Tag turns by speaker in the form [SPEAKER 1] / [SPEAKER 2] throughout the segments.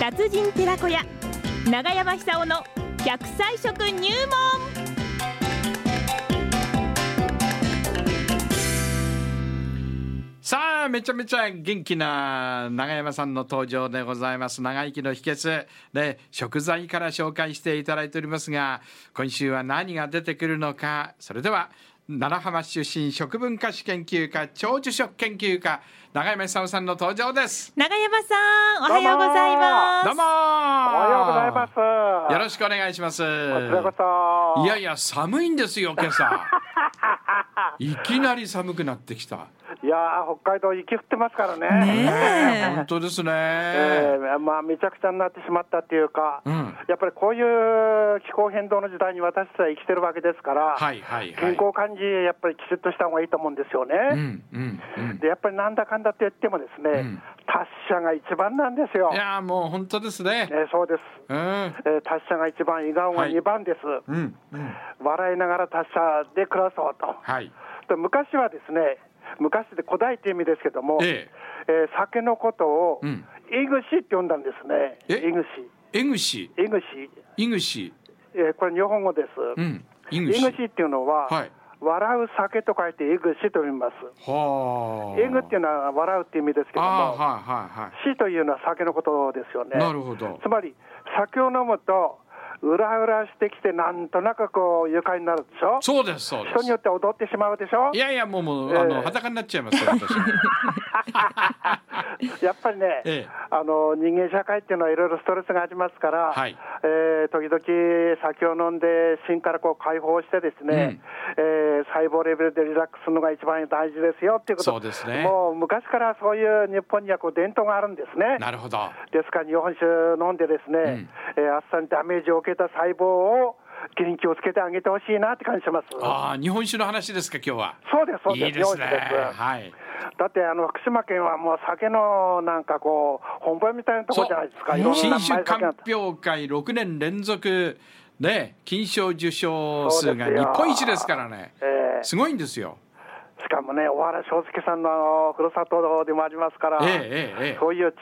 [SPEAKER 1] 達人寺子屋長山久夫の100歳食入門
[SPEAKER 2] さあめちゃめちゃ元気な永山さんの登場でございます長生きの秘訣で食材から紹介していただいておりますが今週は何が出てくるのかそれでは奈良浜出身食文化史研究家長寿食研究家永山久夫さんの登場です
[SPEAKER 1] 長山さんおはようございます
[SPEAKER 2] どうも
[SPEAKER 3] おはようございます。
[SPEAKER 2] よろしくお願いします
[SPEAKER 3] こちらこそ。
[SPEAKER 2] いやいや寒いんですよ今 朝いきなり寒くなってきた
[SPEAKER 3] いやー北海道雪降ってますからね。
[SPEAKER 2] 本当ですね、
[SPEAKER 3] えーまあめちゃくちゃになってしまったっていうか、
[SPEAKER 2] ん
[SPEAKER 3] やっぱりこういう気候変動の時代に私たちは生きてるわけですから、
[SPEAKER 2] はいはいは
[SPEAKER 3] 健
[SPEAKER 2] い
[SPEAKER 3] 康管理やっぱりきちっとした方がいいと思うんですよね。
[SPEAKER 2] うんうんうん
[SPEAKER 3] でやっぱりなんだかんだって言ってもですね、
[SPEAKER 2] ん
[SPEAKER 3] 達者が一番なんですよ。
[SPEAKER 2] い
[SPEAKER 3] ね、
[SPEAKER 2] やーもう本当ですね。
[SPEAKER 3] そうです。
[SPEAKER 2] うん
[SPEAKER 3] えー達者が一番、笑顔が二番です、
[SPEAKER 2] うんうん
[SPEAKER 3] 笑いながら達者で暮らそうと。
[SPEAKER 2] はい。
[SPEAKER 3] で昔はですね昔で古代っていう意味ですけども、
[SPEAKER 2] え
[SPEAKER 3] えー酒のことを、
[SPEAKER 2] うん
[SPEAKER 3] イグシって呼んだんですね
[SPEAKER 2] え
[SPEAKER 3] イグ
[SPEAKER 2] え、えぐし、
[SPEAKER 3] シイグシ、
[SPEAKER 2] いぐし、
[SPEAKER 3] えーこれ日本語です、
[SPEAKER 2] うん、い
[SPEAKER 3] イ
[SPEAKER 2] ぐ
[SPEAKER 3] グ
[SPEAKER 2] し。
[SPEAKER 3] シっていうのは、
[SPEAKER 2] はい
[SPEAKER 3] 笑う酒と書いてイグシと言います
[SPEAKER 2] はあ。
[SPEAKER 3] イグっていうのは笑うっていう意味ですけど
[SPEAKER 2] あ
[SPEAKER 3] も
[SPEAKER 2] あー、はいは
[SPEAKER 3] シというのは酒のことですよね
[SPEAKER 2] いはい。なるほど。
[SPEAKER 3] つまり酒を飲むとうらうらしてきてなんとなくこう愉快になるでしょ
[SPEAKER 2] そうですそうで
[SPEAKER 3] 人に
[SPEAKER 2] す。
[SPEAKER 3] よって踊ってしまうでしょ
[SPEAKER 2] いやいやもうもう、
[SPEAKER 3] ええ
[SPEAKER 2] あの裸になっちゃいますよ私 も。
[SPEAKER 3] やっぱりね、
[SPEAKER 2] ええ
[SPEAKER 3] あの人間社会っていうのはいろいろストレスがありますから、
[SPEAKER 2] はい
[SPEAKER 3] えー時々酒を飲んで芯からこう解放してですね、えー細胞レベルでリラックスするのが一番大事ですよっていうこと
[SPEAKER 2] そうですね
[SPEAKER 3] もう昔からそういう日本にはこう伝統があるんですね。
[SPEAKER 2] なるほど。
[SPEAKER 3] ですから日本酒飲んでですね、えー、あっさりダメージを受けた細胞を元気をつけてあげてほしいなって感じします。
[SPEAKER 2] ああ、日本酒の話ですか今日は。
[SPEAKER 3] そうです、そうです。
[SPEAKER 2] いいですね
[SPEAKER 3] 日本酒です。。
[SPEAKER 2] はい。
[SPEAKER 3] だってあの福島県はもう酒のなんかこう本場みたいなとこ
[SPEAKER 2] そ
[SPEAKER 3] ろじゃないですか。いうろん
[SPEAKER 2] 新
[SPEAKER 3] な
[SPEAKER 2] 酒
[SPEAKER 3] 酒
[SPEAKER 2] 鑑
[SPEAKER 3] が
[SPEAKER 2] 評会6年連続ね金賞受賞数が日本一ですからね
[SPEAKER 3] ええ
[SPEAKER 2] すごいんですよ。
[SPEAKER 3] しかもね、小原章介さんのあのふるさとでもありますから、
[SPEAKER 2] ええええええ
[SPEAKER 3] そういう血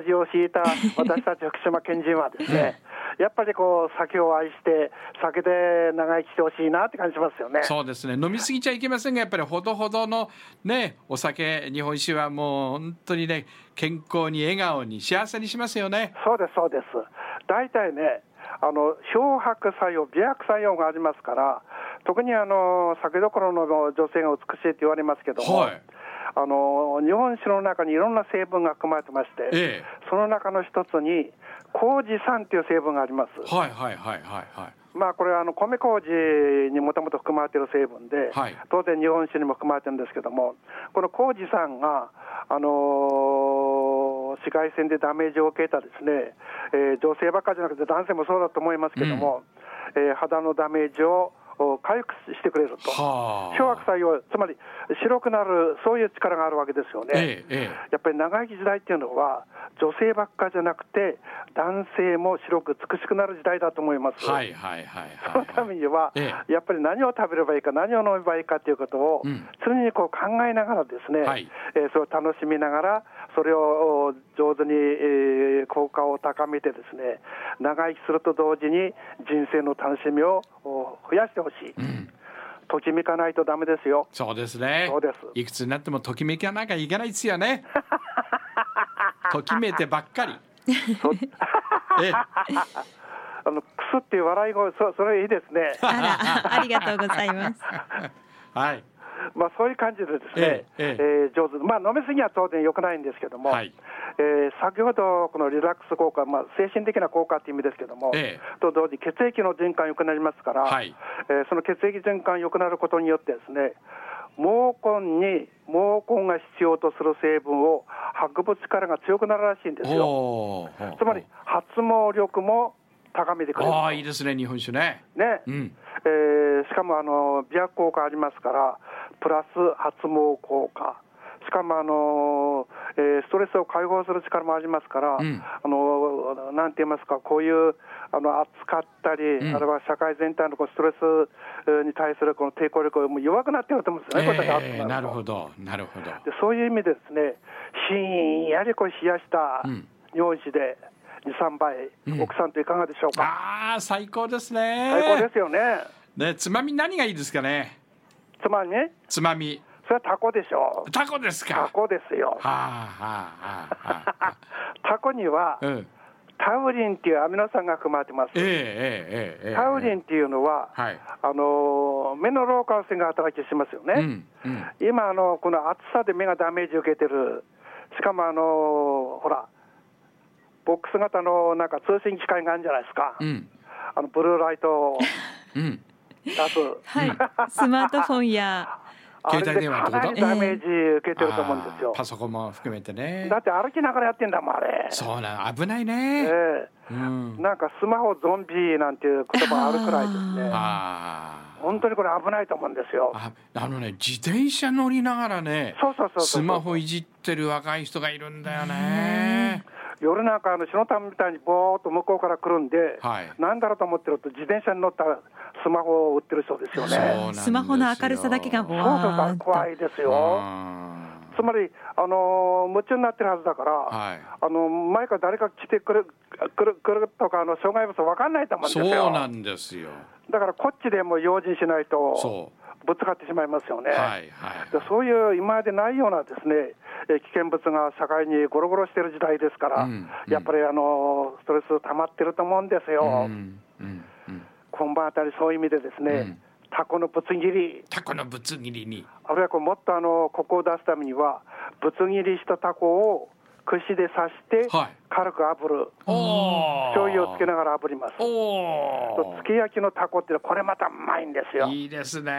[SPEAKER 3] 筋を敷いた私たち福島県人はで すね、やっぱりこう酒を愛して、酒で長生きしてほしいなって感じしますよね。
[SPEAKER 2] そうですね飲み過ぎちゃいけませんがやっぱりほどほどのねお酒日本酒はもう本当にね健康に笑顔に幸せにしますよね
[SPEAKER 3] そうです、そうです。大体ね、あの漂白作用、美白作用がありますから、特にあの酒どころの女性が美しいって言われますけども、
[SPEAKER 2] はい
[SPEAKER 3] あの日本酒の中にいろんな成分が含まれてまして、
[SPEAKER 2] ええ
[SPEAKER 3] その中の一つに、麹酸という成分があります。
[SPEAKER 2] はいはいはいはいはい
[SPEAKER 3] まあ、これはあの米麹にもともと含まれている成分で、
[SPEAKER 2] はい
[SPEAKER 3] 当然日本酒にも含まれてるんですけどもこの麹酸が、あのー紫外線でダメージを受けたですね、えー女性ばっかりじゃなくて男性もそうだと思いますけども、えー肌のダメージをお回復してくれると
[SPEAKER 2] はあ
[SPEAKER 3] 漂白作用つまり白くなるそういう力があるわけですよ
[SPEAKER 2] え
[SPEAKER 3] ね。
[SPEAKER 2] えええ
[SPEAKER 3] やっぱり長生き時代っていうのは女性ばっかじゃなくて男性も白く美しくなる時代だと思います。
[SPEAKER 2] はいはいはいはい
[SPEAKER 3] そのためには、
[SPEAKER 2] え
[SPEAKER 3] やっぱり何を食べればいいか、何を飲めばいいかということを、
[SPEAKER 2] うん
[SPEAKER 3] 常にこう考えながらですね、
[SPEAKER 2] はい
[SPEAKER 3] えーそれを楽しみながら、それをお上手に、えー効果を高めてですね、長生きすると同時に人生の楽しみをお増やしてほしい、ときめかないとダメですよ。
[SPEAKER 2] そうですね
[SPEAKER 3] そうです
[SPEAKER 2] いくつになってもときめきはなんかいけないですよ ねときめいてばっかり
[SPEAKER 3] そ
[SPEAKER 2] ええ
[SPEAKER 3] あのくすっていう笑い声、そそれいいで すね。
[SPEAKER 1] あらありがとうございます
[SPEAKER 2] はい
[SPEAKER 3] まあ、そういう感じでですね、
[SPEAKER 2] ええ
[SPEAKER 3] えー上手に、まあ、飲みすぎは当然良くないんですけども、
[SPEAKER 2] はい
[SPEAKER 3] えー先ほどこのリラックス効果、まあ、精神的な効果という意味ですけども、
[SPEAKER 2] ええ
[SPEAKER 3] と同時に血液の循環良くなりますから、
[SPEAKER 2] はい
[SPEAKER 3] えーその血液循環良くなることによってですね毛根に毛根が必要とする成分を運ぶ力が強くなるらしいんですよ。
[SPEAKER 2] おー
[SPEAKER 3] つまり発毛力も高めてくれる。
[SPEAKER 2] ああいいですね日本酒ね
[SPEAKER 3] ね、
[SPEAKER 2] うん
[SPEAKER 3] えーしかもあの美白効果ありますから、プラス発毛効果、しかもあの、えーストレスを解放する力もありますから、
[SPEAKER 2] うん
[SPEAKER 3] あのなんて言いますか、こういうあの暑かったり、
[SPEAKER 2] うん
[SPEAKER 3] あるいは社会全体のこうストレスえーに対するこの抵抗力がもう弱くなってると思うんですよね、これだけ暑く
[SPEAKER 2] ええ
[SPEAKER 3] と
[SPEAKER 2] なるほどなるほど
[SPEAKER 3] でそういう意味でですね、ひんやりこう冷やした
[SPEAKER 2] うん
[SPEAKER 3] 日本酒で、 23倍、奥さんといかがでしょうか、
[SPEAKER 2] ああ最高ですね
[SPEAKER 3] 最高ですよね
[SPEAKER 2] ねつまみ何がいいですかね
[SPEAKER 3] つまりね
[SPEAKER 2] つまみ
[SPEAKER 3] それはタコでしょう
[SPEAKER 2] タコですか
[SPEAKER 3] タコですよ
[SPEAKER 2] はあはあはあはあ
[SPEAKER 3] タコには
[SPEAKER 2] うん
[SPEAKER 3] タウリンっていうアミノ酸が含まれてます
[SPEAKER 2] ええええええええ
[SPEAKER 3] タウリンっていうのは、
[SPEAKER 2] はい
[SPEAKER 3] あの目の老化線が働きしますよね、
[SPEAKER 2] うんうん
[SPEAKER 3] 今あの、この暑さで目がダメージ受けてる、しかもあのほら、ボックス型のなんか通信機械があるんじゃないですか、
[SPEAKER 2] うん
[SPEAKER 3] あのブルーライトを
[SPEAKER 2] うん
[SPEAKER 3] 出 す、
[SPEAKER 1] はい、スマートフォンや
[SPEAKER 3] あ
[SPEAKER 2] 携
[SPEAKER 3] れ
[SPEAKER 2] 帯
[SPEAKER 3] で
[SPEAKER 2] 電話っ
[SPEAKER 3] か
[SPEAKER 2] てこと
[SPEAKER 3] なりダメージ受けてると思うんです
[SPEAKER 2] あ
[SPEAKER 3] よ
[SPEAKER 2] ー。パソコンも含めてね
[SPEAKER 3] だって歩きながらやってんだもん、あれ。
[SPEAKER 2] そうなん危ない
[SPEAKER 3] え
[SPEAKER 2] ね、
[SPEAKER 3] え
[SPEAKER 2] うん
[SPEAKER 3] なんかスマホゾンビなんていう言葉あるくらいですね、
[SPEAKER 2] あー
[SPEAKER 3] 本当にこれ危ないと思うんですよ。
[SPEAKER 2] ああのね自転車乗りながらね
[SPEAKER 3] そうそうそうそう
[SPEAKER 2] スマホいじってる若い人がいるんだよね
[SPEAKER 3] 夜なんかあの篠谷みたいにぼーっと向こうから来るんで、
[SPEAKER 2] はい
[SPEAKER 3] なんだろうと思ってると自転車に乗ったスマホを売ってる人ですよ
[SPEAKER 2] そうなん
[SPEAKER 3] ね。
[SPEAKER 2] ですよ
[SPEAKER 1] スマホの明るさだけがぼ
[SPEAKER 3] そうそう
[SPEAKER 1] わー
[SPEAKER 3] そう
[SPEAKER 1] っと
[SPEAKER 3] 怖いです
[SPEAKER 2] う
[SPEAKER 3] よ。
[SPEAKER 2] ん
[SPEAKER 3] つまりあのー夢中になってるはずだから、
[SPEAKER 2] はい
[SPEAKER 3] あの前から誰か来てくるくるくるとかあの障害物わかんないと思うんです
[SPEAKER 2] そ
[SPEAKER 3] よ。
[SPEAKER 2] うなんですよ
[SPEAKER 3] だからこっちでもう用心しないと
[SPEAKER 2] そ
[SPEAKER 3] ぶつかってしまいますよね。
[SPEAKER 2] うはいはい
[SPEAKER 3] でそういう今までないようなですねえー危険物が社会にゴロゴロしてる時代ですから、
[SPEAKER 2] うんうん
[SPEAKER 3] やっぱりあのストレス溜まってると思うんですよ、
[SPEAKER 2] うんうんうん
[SPEAKER 3] 今晩あたりそういう意味でですね、タコのぶつ切り
[SPEAKER 2] タコのぶつ切りに
[SPEAKER 3] あるいはこうもっとあのコクを出すためにはぶつ切りしたタコを串で刺して
[SPEAKER 2] はい
[SPEAKER 3] 軽く炙る、
[SPEAKER 2] お
[SPEAKER 3] 醤油をつけながら炙ります
[SPEAKER 2] お
[SPEAKER 3] つけ焼きのタコっていうのはこれまたうまいんですよ
[SPEAKER 2] ーいいですね、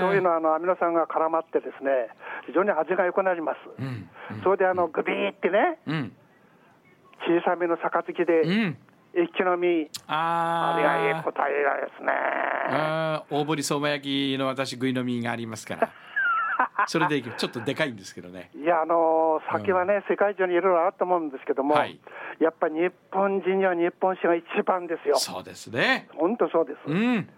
[SPEAKER 3] 醤油のあのアミノ酸が絡まってですね非常に味が良くなります、
[SPEAKER 2] うん
[SPEAKER 3] それであのグビーってね
[SPEAKER 2] うん
[SPEAKER 3] 小さめの杯で、
[SPEAKER 2] うん
[SPEAKER 3] 一気飲み、あ
[SPEAKER 2] あ
[SPEAKER 3] れがいい
[SPEAKER 2] ー
[SPEAKER 3] 答えがですね。
[SPEAKER 2] あー大ぶり相馬焼きの私食いのみがありますから それでいくちょっとでかいんですけどね
[SPEAKER 3] いや、あのー酒はね、世界中にいろいろあると思うんですけども、
[SPEAKER 2] はい
[SPEAKER 3] やっぱり日本人には日本酒が一番ですよ。
[SPEAKER 2] そうですね
[SPEAKER 3] 本当そうです。
[SPEAKER 2] うん
[SPEAKER 3] 琵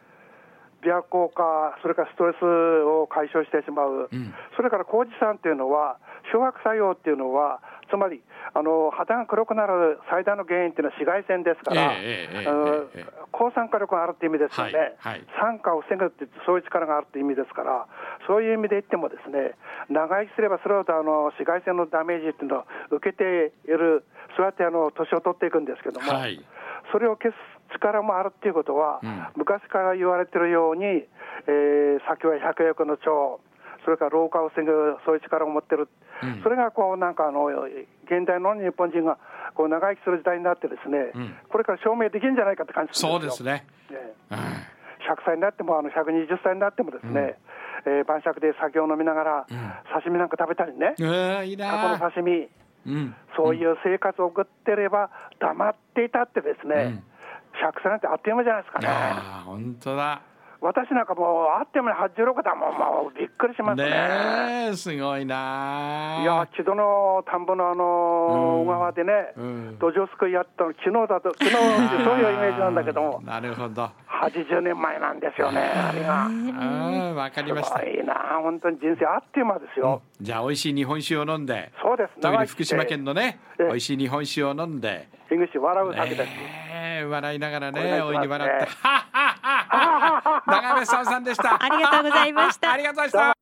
[SPEAKER 3] 琶効果、それからストレスを解消してしまう。
[SPEAKER 2] うん
[SPEAKER 3] それから麹酸っていうのは、漂白作用っていうのは、つまり、あのー肌が黒くなる最大の原因っていうのは紫外線ですから、
[SPEAKER 2] ええええええ
[SPEAKER 3] うん
[SPEAKER 2] ええ
[SPEAKER 3] 抗酸化力があるって意味ですよね、
[SPEAKER 2] はいはい
[SPEAKER 3] 酸化を防ぐってそういう力があるって意味ですから、そういう意味で言っても、ですね長生きすればするほどあの紫外線のダメージっていうのを受けている、そうやってあの年を取っていくんですけども、
[SPEAKER 2] はい
[SPEAKER 3] それを消す力もあるっていうことは、
[SPEAKER 2] うん
[SPEAKER 3] 昔から言われてるように、えー先は百薬の長。それから老化を防ぐそういう力を持ってる、
[SPEAKER 2] うん
[SPEAKER 3] それがこうなんかあの現代の日本人がこう長生きする時代になってですね、
[SPEAKER 2] うん
[SPEAKER 3] これから証明できるんじゃないかって感じ
[SPEAKER 2] そうです
[SPEAKER 3] ね。
[SPEAKER 2] ね
[SPEAKER 3] ええ
[SPEAKER 2] うん
[SPEAKER 3] 100歳になってもあの120歳になってもですね、えー晩酌で酒を飲みながら、刺身なんか食べたりね、
[SPEAKER 2] うんいい
[SPEAKER 3] タコの
[SPEAKER 2] な
[SPEAKER 3] 刺身、
[SPEAKER 2] うん
[SPEAKER 3] そういう生活を送ってれば、黙っていたってですね、100歳なんてあっという間じゃないですかね。
[SPEAKER 2] ああ本当だ
[SPEAKER 3] 私なんかもうあっという間に86だもん、もうびっくりしますね。
[SPEAKER 2] ねえすごいない
[SPEAKER 3] や、木戸の田んぼのあの小川でね、
[SPEAKER 2] うん
[SPEAKER 3] 土壌すくいやったの、昨日だ と、昨日ってそういうイメージなんだけども
[SPEAKER 2] あー、なるほどあ
[SPEAKER 3] 80年前なんですよね、あれが。
[SPEAKER 2] あわかりまし
[SPEAKER 3] す
[SPEAKER 2] た
[SPEAKER 3] ごいな、本当に人生あっという間ですよ。
[SPEAKER 2] じゃあ美味しい日本酒を飲んで
[SPEAKER 3] そうです
[SPEAKER 2] 特
[SPEAKER 3] 長
[SPEAKER 2] に
[SPEAKER 3] 生きして
[SPEAKER 2] 福島県のね
[SPEAKER 3] ええ
[SPEAKER 2] 美味しい日本酒を飲んで
[SPEAKER 3] 樋口笑う酒です。
[SPEAKER 2] ねえ笑いながら
[SPEAKER 3] お願いし
[SPEAKER 2] ね
[SPEAKER 3] ま
[SPEAKER 2] 大
[SPEAKER 3] すね
[SPEAKER 2] いに笑って長めさんさんでした
[SPEAKER 1] ありがとうございました
[SPEAKER 2] ありがとうございました